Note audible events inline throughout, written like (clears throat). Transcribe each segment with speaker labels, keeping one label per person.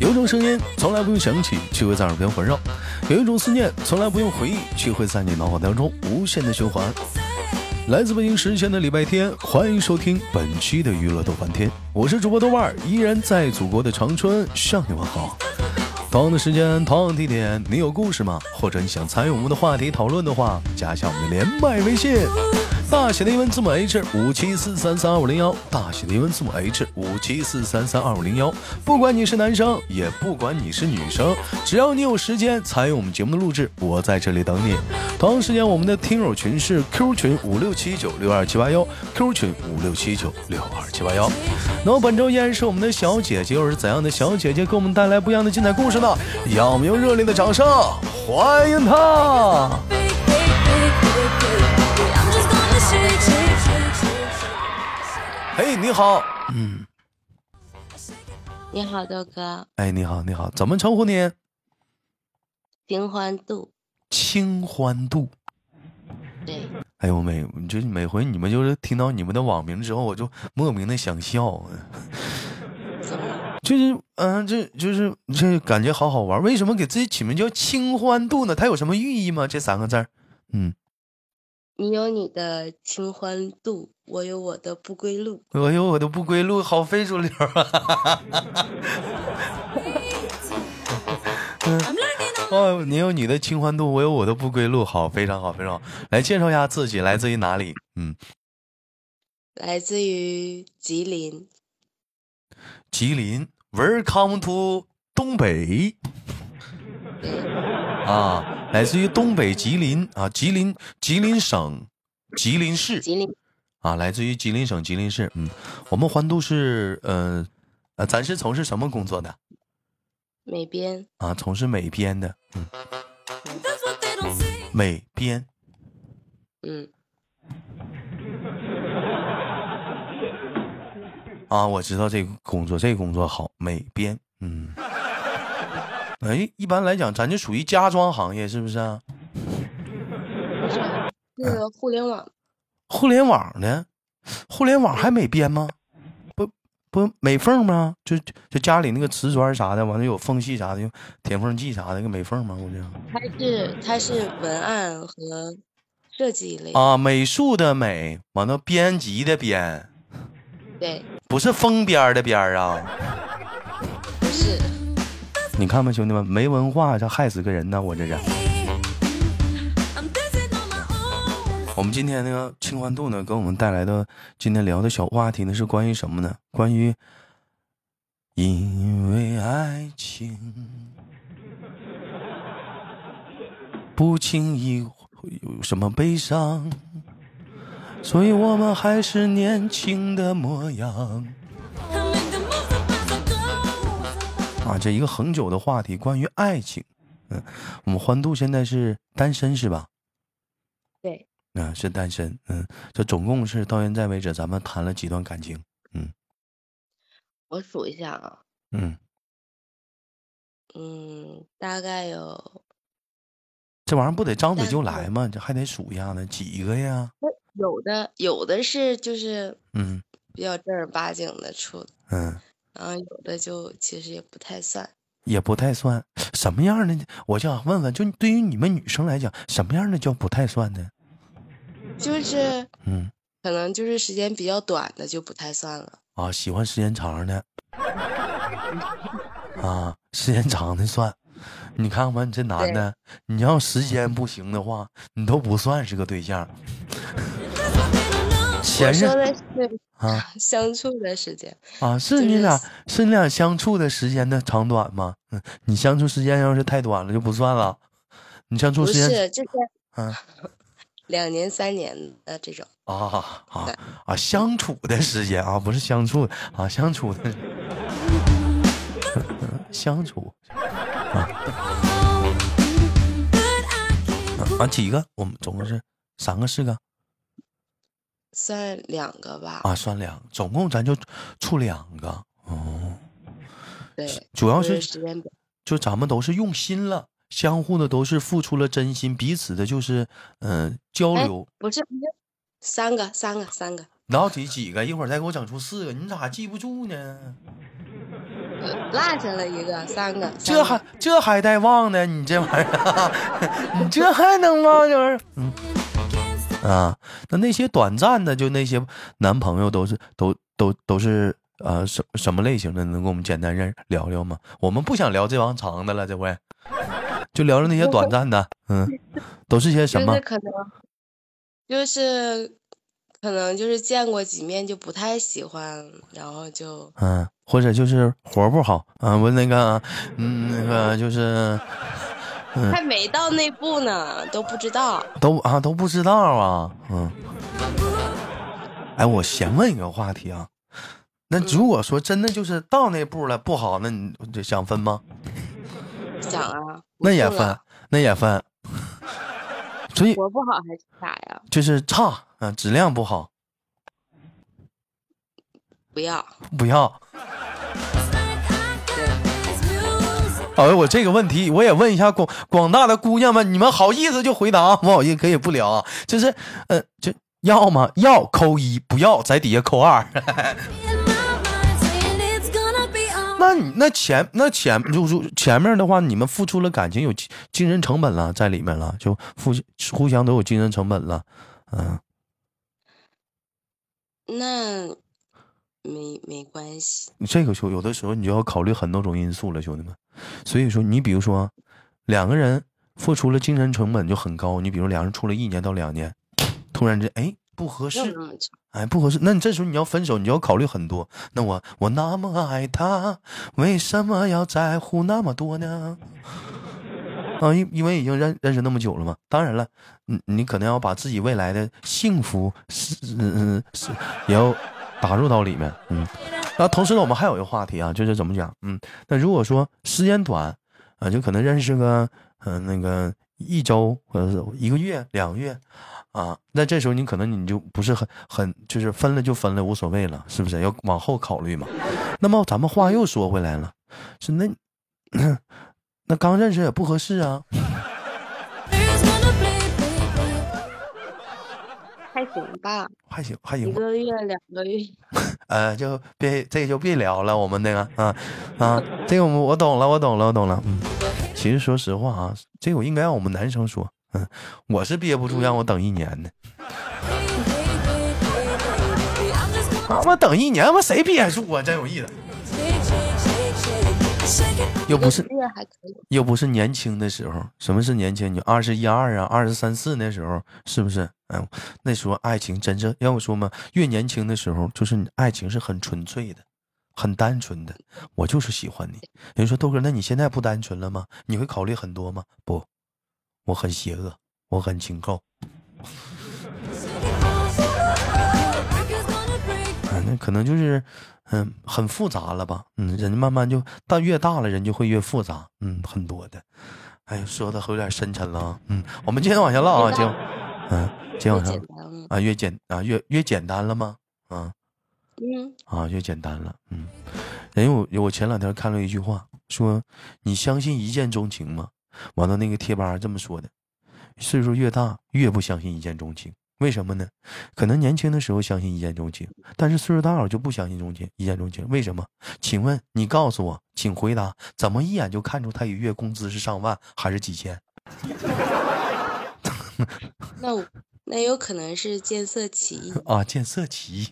Speaker 1: 一种声音从来不用想起，却会在耳边环绕；有一种思念从来不用回忆，却会在你脑海当中无限的循环。来自北京时间的礼拜天，欢迎收听本期的娱乐豆瓣天，我是主播豆瓣儿，依然在祖国的长春向你问好。同样的时间，同样地点，你有故事吗？或者你想参与我们的话题讨论的话，加一下我们的连麦微信，大写的英文字母 H 五七四三三二五零幺，大写的英文字母 H 五七四三三二五零幺。不管你是男生，也不管你是女生，只要你有时间参与我们节目的录制，我在这里等你。同样时间，我们的听友群是 Q 群五六七九六二七八幺，Q 群五六七九六二七八幺。那么本周依然是我们的小姐姐，又是怎样的小姐姐给我们带来不一样的精彩故事呢？让我们用热烈的掌声欢迎她！嘿，你好，嗯，
Speaker 2: 你好，豆哥，
Speaker 1: 哎，你好，你好，怎么称呼你？
Speaker 2: 平欢度，
Speaker 1: 清欢度。
Speaker 2: 对，
Speaker 1: 哎呦，每就每回你们就是听到你们的网名之后，我就莫名的想笑，
Speaker 2: 怎么了？
Speaker 1: 就是嗯、这就是这感觉好好玩。为什么给自己起名叫清欢度呢？它有什么寓意吗？这三个字儿，嗯。
Speaker 2: 你有你的清欢度，我有我的不归路。
Speaker 1: 哎呦，我的不归路，好非主流啊！ (laughs) 哦，你有你的清欢度，我有我的不归路，好，非常好，非常好。来介绍一下自己，来自于哪里？嗯，
Speaker 2: 来自于吉林，
Speaker 1: 吉林。Welcome to 东北啊，来自于东北吉林啊，吉林吉林省吉林市
Speaker 2: 吉林，
Speaker 1: 啊，来自于吉林省吉林市。嗯，我们欢度是呃呃，咱是从事什么工作的？
Speaker 2: 美编，
Speaker 1: 啊，从事美编的，嗯，美编
Speaker 2: 嗯，
Speaker 1: 啊，我知道这个工作，这个工作好，美编，嗯，哎，一般来讲，咱就属于家装行业，是不是啊？
Speaker 2: 不是那个互联网，
Speaker 1: 互联网呢？互联网还美编吗？不不，美缝吗？就就家里那个瓷砖啥的，完了有缝隙啥的，用填缝剂啥的，那个美缝吗？我这
Speaker 2: 它是它是文案和设计类，
Speaker 1: 啊，美术的美，完了编辑的编，
Speaker 2: 对，
Speaker 1: 不是封边儿的边儿啊。
Speaker 2: 不是
Speaker 1: 你看吧，兄弟们，没文化这害死个人呢！我这是。我们今天那个清欢度呢，给我们带来的今天聊的小话题呢，是关于什么呢？关于因为爱情不轻易会有什么悲伤，所以我们还是年轻的模样。啊，这一个恒久的话题，关于爱情。嗯，我们欢度现在是单身是吧？
Speaker 2: 对，
Speaker 1: 啊，是单身。嗯，这总共是到现在为止，咱们谈了几段感情？
Speaker 2: 我数一下啊，
Speaker 1: 嗯，
Speaker 2: 嗯，大概有
Speaker 1: 这玩意儿不得张嘴
Speaker 2: 但
Speaker 1: 就是来吗？这还得数一下呢，几个呀？
Speaker 2: 有的有的是就是
Speaker 1: 嗯
Speaker 2: 比较正儿八经的处的，
Speaker 1: 嗯，
Speaker 2: 然后有的就其实也不太算，
Speaker 1: 也不太算什么样的。我就想问问，就对于你们女生来讲，什么样的叫不太算呢？
Speaker 2: 就是
Speaker 1: 嗯
Speaker 2: 可能就是时间比较短的就不太算了。
Speaker 1: 啊，喜欢时间长的啊，时间长的算。你看吧，你这男的，你要时间不行的话，你都不算是个对象。前
Speaker 2: 我说
Speaker 1: 任
Speaker 2: 的是
Speaker 1: 啊
Speaker 2: 相处的时间，
Speaker 1: 啊，是
Speaker 2: 就
Speaker 1: 你
Speaker 2: 是
Speaker 1: 俩是你俩相处的时间的长短吗？嗯，你相处时间要是太短了就不算了。你相处
Speaker 2: 不
Speaker 1: 时间
Speaker 2: 是这些
Speaker 1: 嗯
Speaker 2: 两年三年的这种，
Speaker 1: 啊啊啊！相处的时间啊，不是相处啊，相处的 (laughs) 相处啊啊几个？我们总共是三个、四个
Speaker 2: 算两个吧。
Speaker 1: 啊，算两，总共咱就处两个哦。
Speaker 2: 对，
Speaker 1: 主要
Speaker 2: 就是时间比
Speaker 1: 就咱们都是用心了，相互的都是付出了真心，彼此的就是嗯、呃交
Speaker 2: 哎
Speaker 1: 流。
Speaker 2: 不是不是三个三个三个，
Speaker 1: 老几几个？一会儿再给我整出四个，你咋记不住呢？
Speaker 2: 嗯、落下了一个，三个。
Speaker 1: 这还这还带忘呢？你这玩意儿，啊 (laughs) 你这还能忘这玩意儿？嗯啊，那那些短暂的，就那些男朋友都是都都都是呃什什么类型的？能跟我们简单认聊聊吗？我们不想聊这帮长的了，这回就聊聊那些短暂的。嗯，都是些什
Speaker 2: 就
Speaker 1: 么
Speaker 2: 是？可能，就是可能就是见过几面就不太喜欢，然后就
Speaker 1: 嗯，或者就是活不好啊，我那个嗯那个就是嗯
Speaker 2: 还没到那步呢，都不知道。
Speaker 1: 都啊都不知道啊，嗯。哎，我闲问一个话题啊，那如果说真的就是到那步了不好，那你就想分吗？
Speaker 2: 想啊，
Speaker 1: 那也
Speaker 2: 不
Speaker 1: 分
Speaker 2: 了，
Speaker 1: 那也分。 (laughs) 所以
Speaker 2: 活不好还是啥呀？
Speaker 1: 就是差啊，质量不好，
Speaker 2: 不要，
Speaker 1: 不要。
Speaker 2: 对，
Speaker 1: 哎呦，我这个问题我也问一下广广大的姑娘们，你们好意思就回答，不好意思可以不聊啊。就是，呃，就要吗？要扣一，不要在底下扣二。那你那前那前就是前面的话，你们付出了感情，有精精神成本了，在里面了，就互互相都有精神成本了。嗯，
Speaker 2: 那没没关系。
Speaker 1: 这个时候有的时候你就要考虑很多种因素了，兄弟们。所以说，你比如说两个人付出了精神成本就很高，你比如两人处了一年到两年，突然之间哎不合
Speaker 2: 没有
Speaker 1: 适
Speaker 2: 那，么长，
Speaker 1: 哎，不合适。那你这时候你要分手，你就要考虑很多。那我我那么爱他，为什么要在乎那么多呢？啊，因因为已经认认识那么久了嘛。当然了，你你可能要把自己未来的幸福是嗯嗯是也要打入到里面，嗯。那同时呢，我们还有一个话题啊，就是怎么讲，嗯，那如果说时间短，啊、就可能认识个嗯、呃那个一周或者是一个月、两个月，啊，那这时候你可能你就不是很很就是分了就分了，无所谓了，是不是？要往后考虑嘛。那么咱们话又说回来了，是那 (clears throat) 那刚认识也不合适啊，
Speaker 2: 还行吧，
Speaker 1: 还行还
Speaker 2: 一
Speaker 1: 行吧，
Speaker 2: 个月两个月，
Speaker 1: 呃，就别这个就别聊了，我们那个啊啊，这个我我懂了，我懂了，我懂了。嗯，其实说实话啊，这个我应该让我们男生说，嗯，我是憋不住让我等一年的，他妈等一年，我谁憋住啊？真有意思，又不是
Speaker 2: 一个月还可以。
Speaker 1: 又不是年轻的时候，什么是年轻？你二十一二啊，二十三四那时候，是不是？嗯，那时候爱情真是要我说嘛，越年轻的时候，就是你爱情是很纯粹的，很单纯的。我就是喜欢你。人说豆哥，那你现在不单纯了吗？你会考虑很多吗？不，我很邪恶，我很情够。啊，那可能就是，嗯，很复杂了吧？嗯，人慢慢就，但越大了，人就会越复杂，嗯，很多的。哎呦，说的有点深沉了啊，嗯，我们接着往下唠啊，
Speaker 2: 知
Speaker 1: 接
Speaker 2: 道
Speaker 1: 着，嗯，接着
Speaker 2: 不
Speaker 1: 往下
Speaker 2: 简单了，
Speaker 1: 啊，越简啊越越简单了吗？啊
Speaker 2: 嗯，
Speaker 1: 啊，越简单了，嗯。人我我前两天看了一句话，说你相信一见钟情吗？完了那个贴吧这么说的，岁数越大越不相信一见钟情，为什么呢？可能年轻的时候相信一见钟情，但是岁数大了就不相信钟情一见钟情，为什么？请问你告诉我，请回答，怎么一眼就看出他一月工资是上万还是几千？
Speaker 2: 那我那有可能是见色起意，
Speaker 1: 啊，见色起意。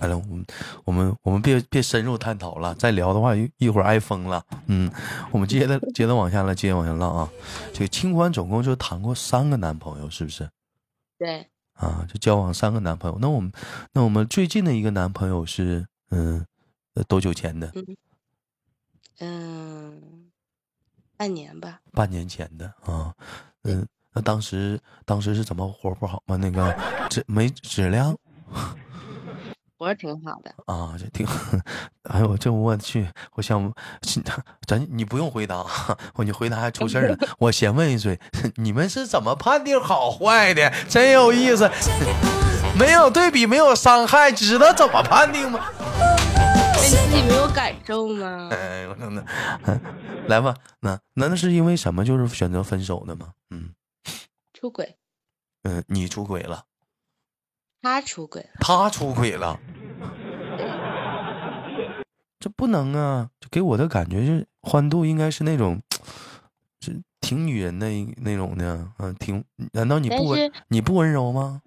Speaker 1: 哎了，我们我们我们别别深入探讨了，再聊的话一一会儿挨疯了。嗯，我们接着接着往下来，接着往下唠啊。这个清欢总共就谈过三个男朋友，是不是？
Speaker 2: 对，
Speaker 1: 啊，就交往三个男朋友。那我们那我们最近的一个男朋友是嗯、呃多久前的？
Speaker 2: 嗯，半年吧，
Speaker 1: 半年前的啊。嗯，那当时当时是怎么活不好吗？那个质没质量
Speaker 2: 活儿挺好的，
Speaker 1: 啊，这挺， (laughs) 哎呦，这我去，我想，是咱你不用回答，啊我你回答还出事儿了。我先问一嘴，你们是怎么判定好坏的？真有意思，没有对比，没有伤害，知道怎么判定吗？ (laughs)
Speaker 2: 那你自己没有感受吗？
Speaker 1: 哎，我真的，嗯 (laughs) 来吧，那那是因为什么？就是选择分手的吗？嗯
Speaker 2: 出轨
Speaker 1: 嗯、呃你出轨了
Speaker 2: 他出轨了，
Speaker 1: 他出轨了，这不能啊！就给我的感觉是，欢度应该是那种，是挺女人的一那种的，嗯、挺。难道你不温
Speaker 2: 但
Speaker 1: 你不温柔吗？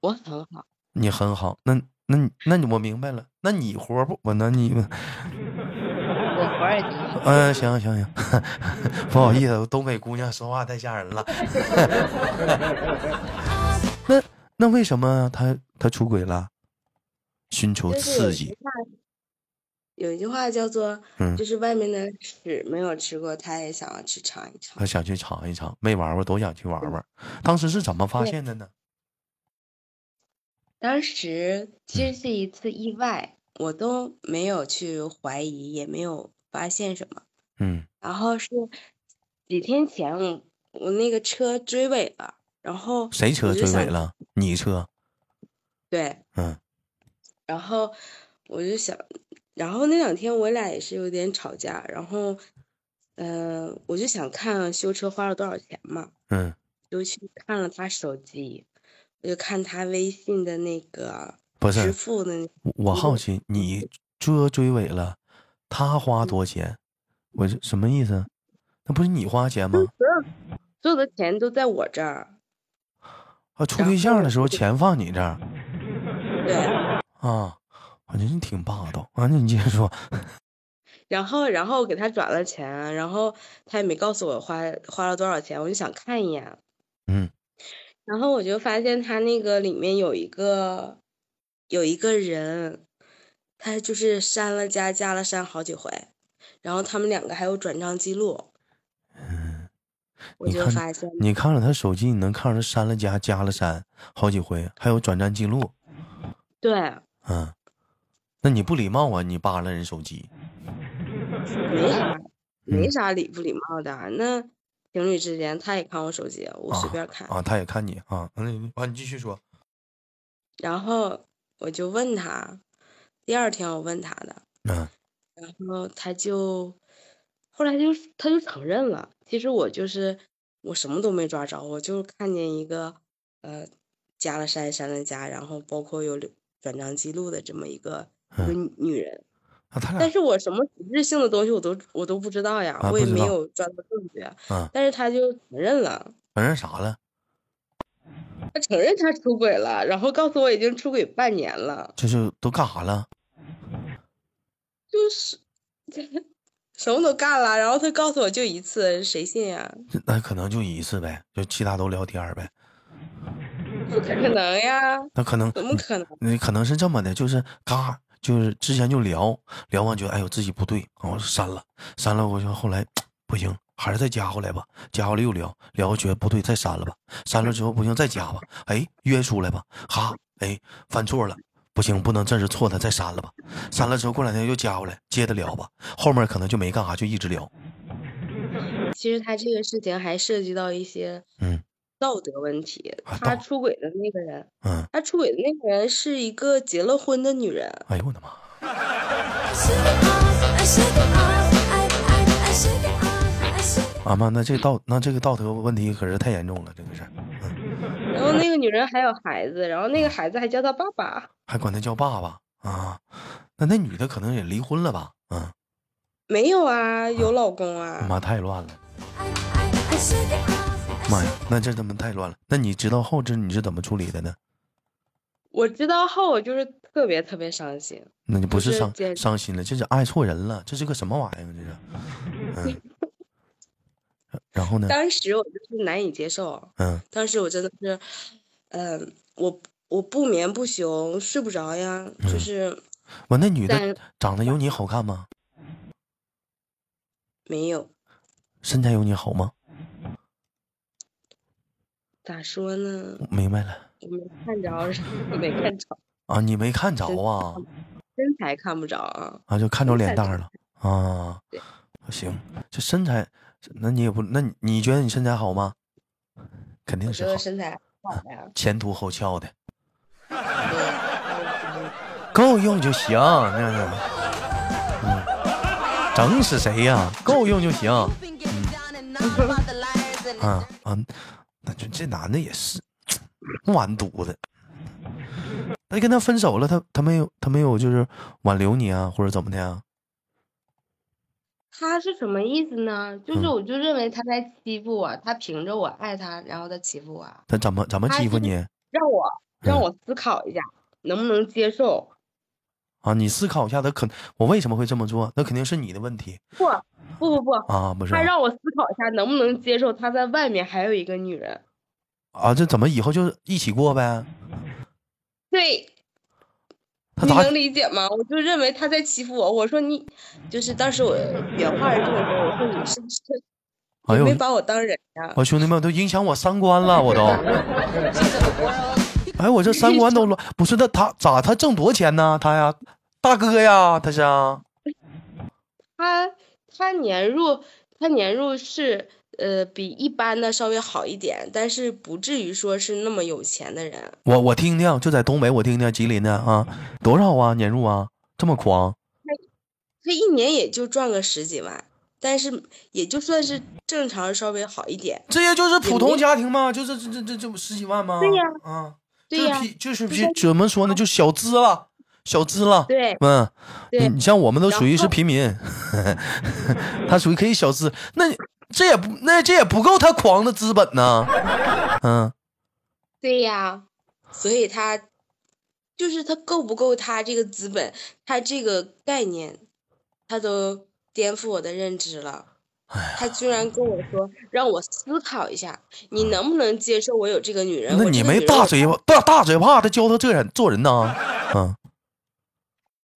Speaker 2: 我很好，
Speaker 1: 你很好，那那你那你我明白了，那你活不？我那你， (laughs)
Speaker 2: 我活儿也挺好。
Speaker 1: 嗯、行行 (laughs) 行，不好意思，我东北姑娘说话太吓人了。 (laughs) 那那为什么他他出轨了？寻求
Speaker 2: 就是有
Speaker 1: 刺
Speaker 2: 一
Speaker 1: 激
Speaker 2: 句，话，有一句话叫做
Speaker 1: 嗯，
Speaker 2: 就是外面的屎没有吃过，他也想要去尝一尝
Speaker 1: 他。想去尝一尝，没玩玩都想去玩玩。当时是怎么发
Speaker 2: 嗯对
Speaker 1: 现的呢？
Speaker 2: 当时其
Speaker 1: 嗯
Speaker 2: 实是一次意外，我都没有去怀疑，也没有发现什么。
Speaker 1: 嗯
Speaker 2: 然后是几天前我我那个车追尾了，然后
Speaker 1: 谁车
Speaker 2: 我就
Speaker 1: 追尾
Speaker 2: 想
Speaker 1: 了？你车？
Speaker 2: 对，
Speaker 1: 嗯
Speaker 2: 然后我就想，然后那两天我俩也是有点吵架，然后嗯、呃我就想看修车花了多少钱嘛，
Speaker 1: 嗯，
Speaker 2: 就去看了他手机，我就看他微信的那个
Speaker 1: 不
Speaker 2: 支
Speaker 1: 是，
Speaker 2: 付的那
Speaker 1: 我我
Speaker 2: 记
Speaker 1: 好
Speaker 2: 录
Speaker 1: 奇，你车追尾了，他
Speaker 2: 嗯
Speaker 1: 花多少钱？我是什么意思？那不是你花钱吗？
Speaker 2: 嗯所有的钱都在我这儿，
Speaker 1: 啊，处
Speaker 2: 然
Speaker 1: 对象
Speaker 2: 后
Speaker 1: 的时候钱放你这儿
Speaker 2: 对。
Speaker 1: 啊，我觉得你挺霸道啊。那你接着说，
Speaker 2: 然后，然后给他转了钱，然后他也没告诉我花花了多少钱，我就想看一眼。
Speaker 1: 嗯
Speaker 2: 然后我就发现他那个里面有一个有一个人，他就是删了加，加了删好几回，然后他们两个还有转账记录，
Speaker 1: 嗯，
Speaker 2: 我
Speaker 1: 你
Speaker 2: 就
Speaker 1: 看
Speaker 2: 发现
Speaker 1: 你看着他手机，你能看着他删了加，加了删好几回，还有转账记录，
Speaker 2: 对，
Speaker 1: 嗯，那你不礼貌啊，你扒拉人手机。
Speaker 2: 没啥没
Speaker 1: 嗯
Speaker 2: 啥礼不礼貌的，那情侣之间他也看我手机，我随
Speaker 1: 啊
Speaker 2: 便看。
Speaker 1: 啊，他也看你啊，那你啊，你继续说，
Speaker 2: 然后我就问他，第二天我问他的。
Speaker 1: 嗯
Speaker 2: 然后他就，后来就他就承认了，其实我就是我什么都没抓着，我就看见一个呃加了删删了加，然后包括有留转账记录的这么一个一个
Speaker 1: 嗯，
Speaker 2: 女女人，
Speaker 1: 啊，他
Speaker 2: 但
Speaker 1: 俩
Speaker 2: 是我什么实质性的东西我都我都不知道呀，
Speaker 1: 啊
Speaker 2: 我
Speaker 1: 不
Speaker 2: 也
Speaker 1: 知
Speaker 2: 没
Speaker 1: 道，
Speaker 2: 有抓到证据啊，
Speaker 1: 嗯，
Speaker 2: 但是他就承认了，
Speaker 1: 承认啥了？
Speaker 2: 他承认他出轨了，然后告诉我已经出轨半年了，
Speaker 1: 这是都干啥了？
Speaker 2: 就是 (laughs) 什么都干了，然后他告诉我就一次，谁信呀？
Speaker 1: 这那可能就一次呗，就其他都聊天儿呗。
Speaker 2: 不可能呀，
Speaker 1: 那可能
Speaker 2: 怎么
Speaker 1: 你
Speaker 2: 可能？
Speaker 1: 你可能是这么的，就是嘎，就是之前就聊聊完，觉得哎呦自己不对，然后删了，删了，我就后来不行，还是再加回来吧，加回来又聊聊，觉得不对，再删了吧，删了之后不行再加吧，哎约出来吧，哈，哎犯错了。不行，不能这是错的，再删了吧。删了之后，过两天又加回来，接着聊吧。后面可能就没干啥，就一直聊。
Speaker 2: 其实他这个事情还涉及到一些
Speaker 1: 嗯，
Speaker 2: 道德问题。
Speaker 1: 啊，
Speaker 2: 他
Speaker 1: 到，
Speaker 2: 出轨的那个人，
Speaker 1: 嗯，
Speaker 2: 他出轨的那个人是一个结了婚的女人，
Speaker 1: 哎呦我的妈！啊妈，那这道那这个道德问题可是太严重了，这个事儿，嗯，
Speaker 2: 然后那个女人还有孩子，然后那个孩子还叫他爸爸。
Speaker 1: 还管他叫爸爸啊？那那女的可能也离婚了吧？嗯，
Speaker 2: 没有啊，有
Speaker 1: 啊，
Speaker 2: 老公
Speaker 1: 我
Speaker 2: 啊，
Speaker 1: 妈太乱了，妈呀，那这他妈太乱了。那你知道后置你是怎么处理的呢？
Speaker 2: 我知道后我就是特别特别伤心，
Speaker 1: 那你
Speaker 2: 就
Speaker 1: 不是
Speaker 2: 是
Speaker 1: 伤
Speaker 2: 简
Speaker 1: 伤心了，这是爱错人了，这是个什么玩意儿？这啊是，
Speaker 2: (laughs)
Speaker 1: 嗯，然后呢？
Speaker 2: 当时我就是难以接受，
Speaker 1: 嗯
Speaker 2: 当时我真的是，嗯、我我不眠不休，睡不着呀，就
Speaker 1: 嗯，
Speaker 2: 是
Speaker 1: 我那女的
Speaker 2: 在
Speaker 1: 长得有你好看吗？
Speaker 2: 没有。
Speaker 1: 身材有你好吗？
Speaker 2: 咋说呢？
Speaker 1: 我明白了
Speaker 2: 我没看着， (laughs) 我没看着，
Speaker 1: 啊，你没看着
Speaker 2: 身
Speaker 1: 啊？
Speaker 2: 身材看不着啊，
Speaker 1: 啊，就看着
Speaker 2: 身
Speaker 1: 脸
Speaker 2: 材
Speaker 1: 蛋
Speaker 2: 看
Speaker 1: 儿了啊。
Speaker 2: 对，
Speaker 1: 行，这身材，那你也不，那你你觉得你身材好吗？肯定
Speaker 2: 我
Speaker 1: 是
Speaker 2: 觉得
Speaker 1: 好，
Speaker 2: 身材好呀，
Speaker 1: 前凸后翘的，
Speaker 2: 对，然后嗯
Speaker 1: 够用就行。那是，整死谁呀、 (laughs) 够用就行。嗯，啊啊，那就这男的也是不完犊子。那跟他分手了，他他没有他没有就是挽留你啊，或者怎么的呀？
Speaker 2: 他是什么意思呢？就是
Speaker 1: 嗯
Speaker 2: 我就认为他在欺负我，他凭着我爱他，然后他欺负我，
Speaker 1: 他怎么怎么
Speaker 2: 他
Speaker 1: 欺负
Speaker 2: 是
Speaker 1: 你
Speaker 2: 让我让
Speaker 1: 嗯
Speaker 2: 我思考一下，能不能接受？
Speaker 1: 啊？你思考一下，他肯我为什么会这么做？那肯定是你的问题
Speaker 2: 不不不不，
Speaker 1: 啊，不是
Speaker 2: 他让我思考一下，能不能接受他在外面还有一个女人？
Speaker 1: 啊？这怎么以后就一起过呗？
Speaker 2: 对，
Speaker 1: 他
Speaker 2: 你
Speaker 1: 咋
Speaker 2: 能理解吗？我就认为他在欺负我。我说你，就是当时我原话是这么说，我说你是不是
Speaker 1: (laughs) 哎
Speaker 2: 你
Speaker 1: 呦
Speaker 2: 没把我当人呀、
Speaker 1: 我兄弟们都影响我三观了，我都。哎，我这三观都乱，不是那他咋他挣多少钱呢？他呀，大哥呀，他是啊，
Speaker 2: 他他年入他年入是呃比一般的稍微好一点，但是不至于说是那么有钱的人。
Speaker 1: 我我听听，就在东北，我听听吉林的啊，多少啊年入啊，这么狂
Speaker 2: 他一年也就赚个十几万，但是也就算是正常稍微好一点。
Speaker 1: 这些就是普通家庭吗？就是这这这这十几万吗？
Speaker 2: 对呀
Speaker 1: 啊，
Speaker 2: 对
Speaker 1: 就是
Speaker 2: 呀
Speaker 1: 比就是
Speaker 2: 就
Speaker 1: 比
Speaker 2: 在
Speaker 1: 怎么说呢，就小资了，小资了。
Speaker 2: 对
Speaker 1: 嗯，
Speaker 2: 对
Speaker 1: 你像我们都属于
Speaker 2: 然
Speaker 1: 是
Speaker 2: 后
Speaker 1: 平民， (laughs) 他属于可以小资，那这也不那这也不够他狂的资本呢。嗯，
Speaker 2: 对呀，所以他就是他够不够他这个资本，他这个概念，他都颠覆我的认知了。
Speaker 1: 哎
Speaker 2: 他居然跟我说让我思考一下，你能不能接受我有这个女人？
Speaker 1: 那
Speaker 2: 我
Speaker 1: 你
Speaker 2: 这个
Speaker 1: 没
Speaker 2: 女人
Speaker 1: 大
Speaker 2: 我
Speaker 1: 嘴巴大大嘴巴，他教他这人做人呢？嗯，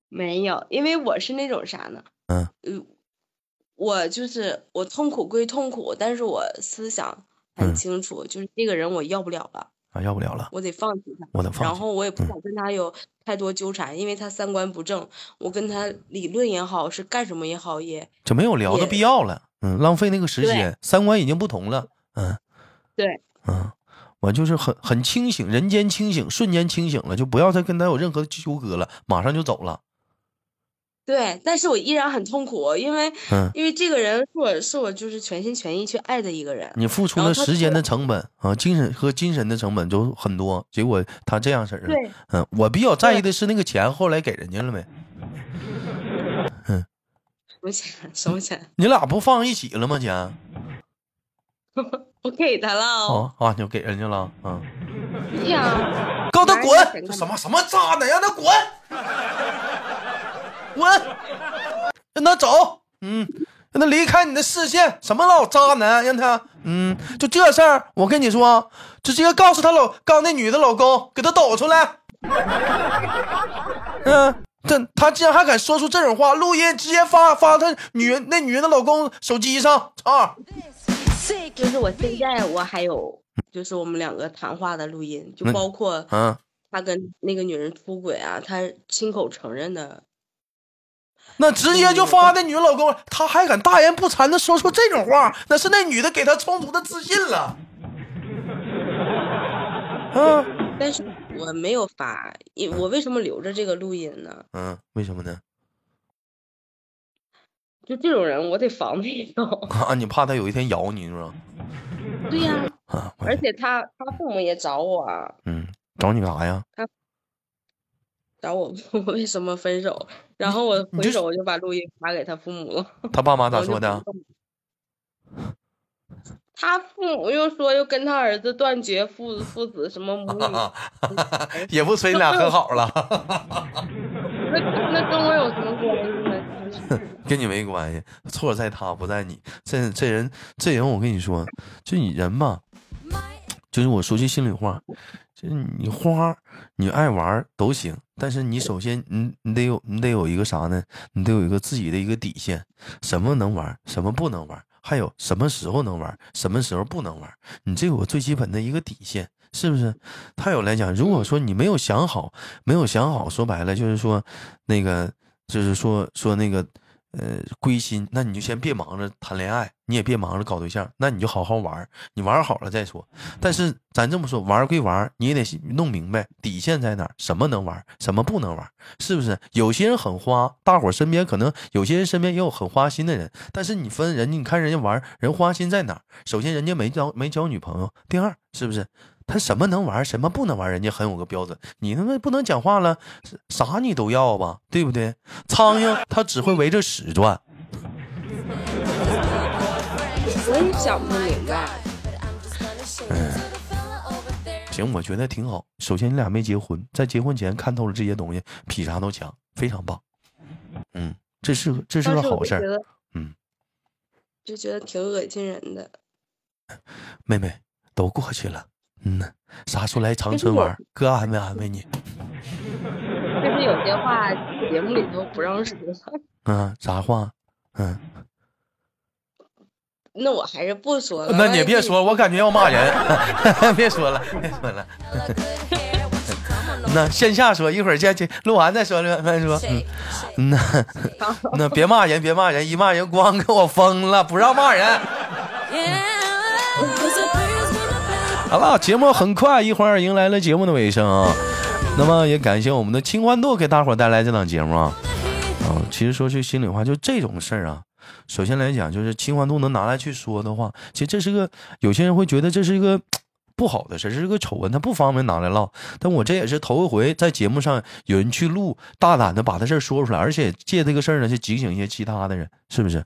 Speaker 2: 没有，因为我是那种啥呢？
Speaker 1: 嗯
Speaker 2: 呃，我就是我痛苦归痛苦，但是我思想
Speaker 1: 嗯
Speaker 2: 很清楚，就是这个人我要不了了，
Speaker 1: 啊，要不了了，
Speaker 2: 我得放弃他。
Speaker 1: 我得放
Speaker 2: 然
Speaker 1: 弃。
Speaker 2: 后我也不
Speaker 1: 嗯
Speaker 2: 想跟他有太多纠缠，因为他三观不正，我跟他理论也好，是干什么也好，也
Speaker 1: 就没有聊的
Speaker 2: 也
Speaker 1: 必要了，嗯，浪费那个时
Speaker 2: 对
Speaker 1: 间，三观已经不同了，嗯
Speaker 2: 对
Speaker 1: 嗯，我就是很很清醒，人间清醒，瞬间清醒了，就不要再跟他有任何纠葛了，马上就走了，
Speaker 2: 对。但是我依然很痛苦，因为
Speaker 1: 嗯，
Speaker 2: 因为这个人是我是我就是全心全意去爱的一个人。
Speaker 1: 你付出
Speaker 2: 然后
Speaker 1: 了
Speaker 2: 他
Speaker 1: 时间的成本啊，精神和精神的成本都很多，结果他这样式儿的，
Speaker 2: 对
Speaker 1: 嗯，我比较在意
Speaker 2: 对
Speaker 1: 的是那个钱后来给人家了没？
Speaker 2: 什么钱？什么钱？
Speaker 1: 你俩不放一起了吗？钱
Speaker 2: 我给他了哦。
Speaker 1: 啊啊，你就给人家了，嗯，
Speaker 2: 对呀。
Speaker 1: 告诉他
Speaker 2: 拿人家钱
Speaker 1: 滚，这
Speaker 2: 干嘛
Speaker 1: 什么什么渣男，让他滚，滚，让他走，嗯，让他离开你的视线，什么老渣男，啊让他，嗯，就这事儿，我跟你说啊，直接告诉他老刚那女的老公，给他抖出来，嗯。这他竟然还敢说出这种话，录音直接发发他女人那女人的老公手机上，啊操！
Speaker 2: 就是我现在我还有，就是我们两个谈话的录音，就
Speaker 1: 嗯
Speaker 2: 包括
Speaker 1: 嗯，
Speaker 2: 他跟那个女人出轨啊，他亲口承认的。
Speaker 1: 那直接就发那女老公，她还敢大言不惭的说出这种话，那是那女的给她充足的自信了。啊，
Speaker 2: 但是我没有发，因我为什么留着这个录音呢？
Speaker 1: 嗯，为什么呢？
Speaker 2: 就这种人，我得防着一手。
Speaker 1: 啊，你怕她有一天咬你是吧？
Speaker 2: 对呀、
Speaker 1: 啊，我
Speaker 2: 而且他他父母也找我啊，
Speaker 1: 嗯，找你干啥呀？
Speaker 2: 找我 (laughs) 我为什么分手，然后我
Speaker 1: 你
Speaker 2: 回
Speaker 1: 这
Speaker 2: 手我就把录音发给他父母了。
Speaker 1: 她爸妈咋
Speaker 2: 我就
Speaker 1: 说的啊
Speaker 2: 不？动了？他父母又说又跟他儿子断绝父父子什么
Speaker 1: (laughs)
Speaker 2: 母女
Speaker 1: 啊也不催你俩和好了，
Speaker 2: 那那跟我有什么关系呢？是不是
Speaker 1: 跟你没关系，错在她不在你。这这人这人，我跟你说，就你人吧，就是我说句心里话，就是你花儿，你爱玩儿都行，但是你首先你你得有你得有一个啥呢？你得有一个自己的一个底线，什么能玩儿，什么不能玩儿，还有什么时候能玩儿，什么时候不能玩儿，你这有个最基本的一个底线，是不是？还有来讲，如果说你没有想好，没有想好，说白了就是说那个就是说说那个。呃，归心，那你就先别忙着谈恋爱，你也别忙着搞对象，那你就好好玩儿，你玩儿好了再说。但是咱这么说，玩儿归玩儿，你也得弄明白底线在哪儿，什么能玩儿，什么不能玩儿，是不是？有些人很花，大伙儿身边可能有些人身边也有很花心的人，但是你分人家，你看人家玩儿，人花心在哪儿？首先人家没交没交女朋友，第二是不是？他什么能玩，什么不能玩，人家很有个标准。你他妈不能讲话了，啥你都要吧，对不对？苍蝇它只会围着屎转。
Speaker 2: 我也想不明白。
Speaker 1: 行，我觉得挺好。首先，你俩没结婚，在结婚前看透了这些东西，比啥都强，非常棒。嗯，这是个这是个
Speaker 2: 当时我
Speaker 1: 好
Speaker 2: 就
Speaker 1: 事
Speaker 2: 觉
Speaker 1: 儿。
Speaker 2: 得，
Speaker 1: 嗯，
Speaker 2: 就觉得挺恶心人的。
Speaker 1: 妹妹，都过去了。嗯呐，啥时候来长
Speaker 2: 但是
Speaker 1: 春
Speaker 2: 我
Speaker 1: 玩儿？哥安慰安慰你。
Speaker 2: 但是有些话节目里头不让说， (laughs)
Speaker 1: 嗯，啥话？嗯，
Speaker 2: 那我还是不说了。
Speaker 1: 那你别
Speaker 2: 万
Speaker 1: 说，我感觉要骂人。 (laughs) 别说了，别说了。那线下说，一会儿再去录完再说，录完再说。嗯，嗯那那别骂人，别骂人，一骂人光给我封了，不让骂人。 (laughs) 好了，节目很快一会儿迎来了节目的尾声啊。那么也感谢我们的清欢度给大伙儿带来这档节目啊。啊，其实说句心里话，就这种事儿啊，首先来讲就是清欢度能拿来去说的话，其实这是个有些人会觉得这是一个不好的事，这是个丑闻，他不方便拿来唠。但我这也是头一回在节目上有人去录，大胆的把这事儿说出来，而且借这个事儿呢去警醒一些其他的人，是不是？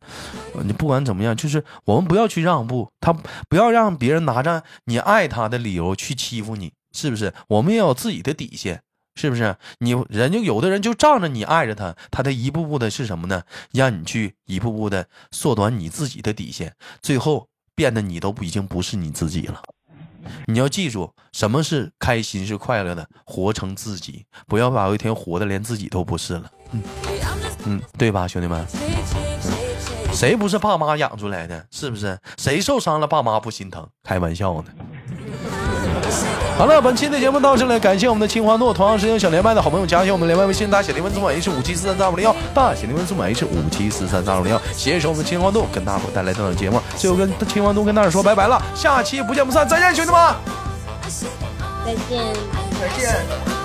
Speaker 1: 呃你不管怎么样，就是我们不要去让步，他不要让别人拿着你爱他的理由去欺负你，是不是？我们也有自己的底线。是不是？你人家有的人就仗着你爱着他，他得一步步的是什么呢？让你去一步步的缩短你自己的底线，最后变得你都已经不是你自己了。你要记住，什么是开心，是快乐的，活成自己，不要把有一天活的连自己都不是了。嗯，对吧，兄弟们？谁不是爸妈养出来的？是不是？谁受伤了，爸妈不心疼？开玩笑呢。好了，本期的节目到这里，感谢我们的清华诺。同样时间想连麦的好朋友，加一下我们连麦微信，大写的文字母 H 五七四三三五零幺，大写的文字母 H 五七四三三五零幺，携手我们清华诺跟大伙带来这档节目。最后跟清华诺跟大伙说拜拜了，下期不见不散，再见，兄弟们。
Speaker 3: 再见。
Speaker 4: 再见。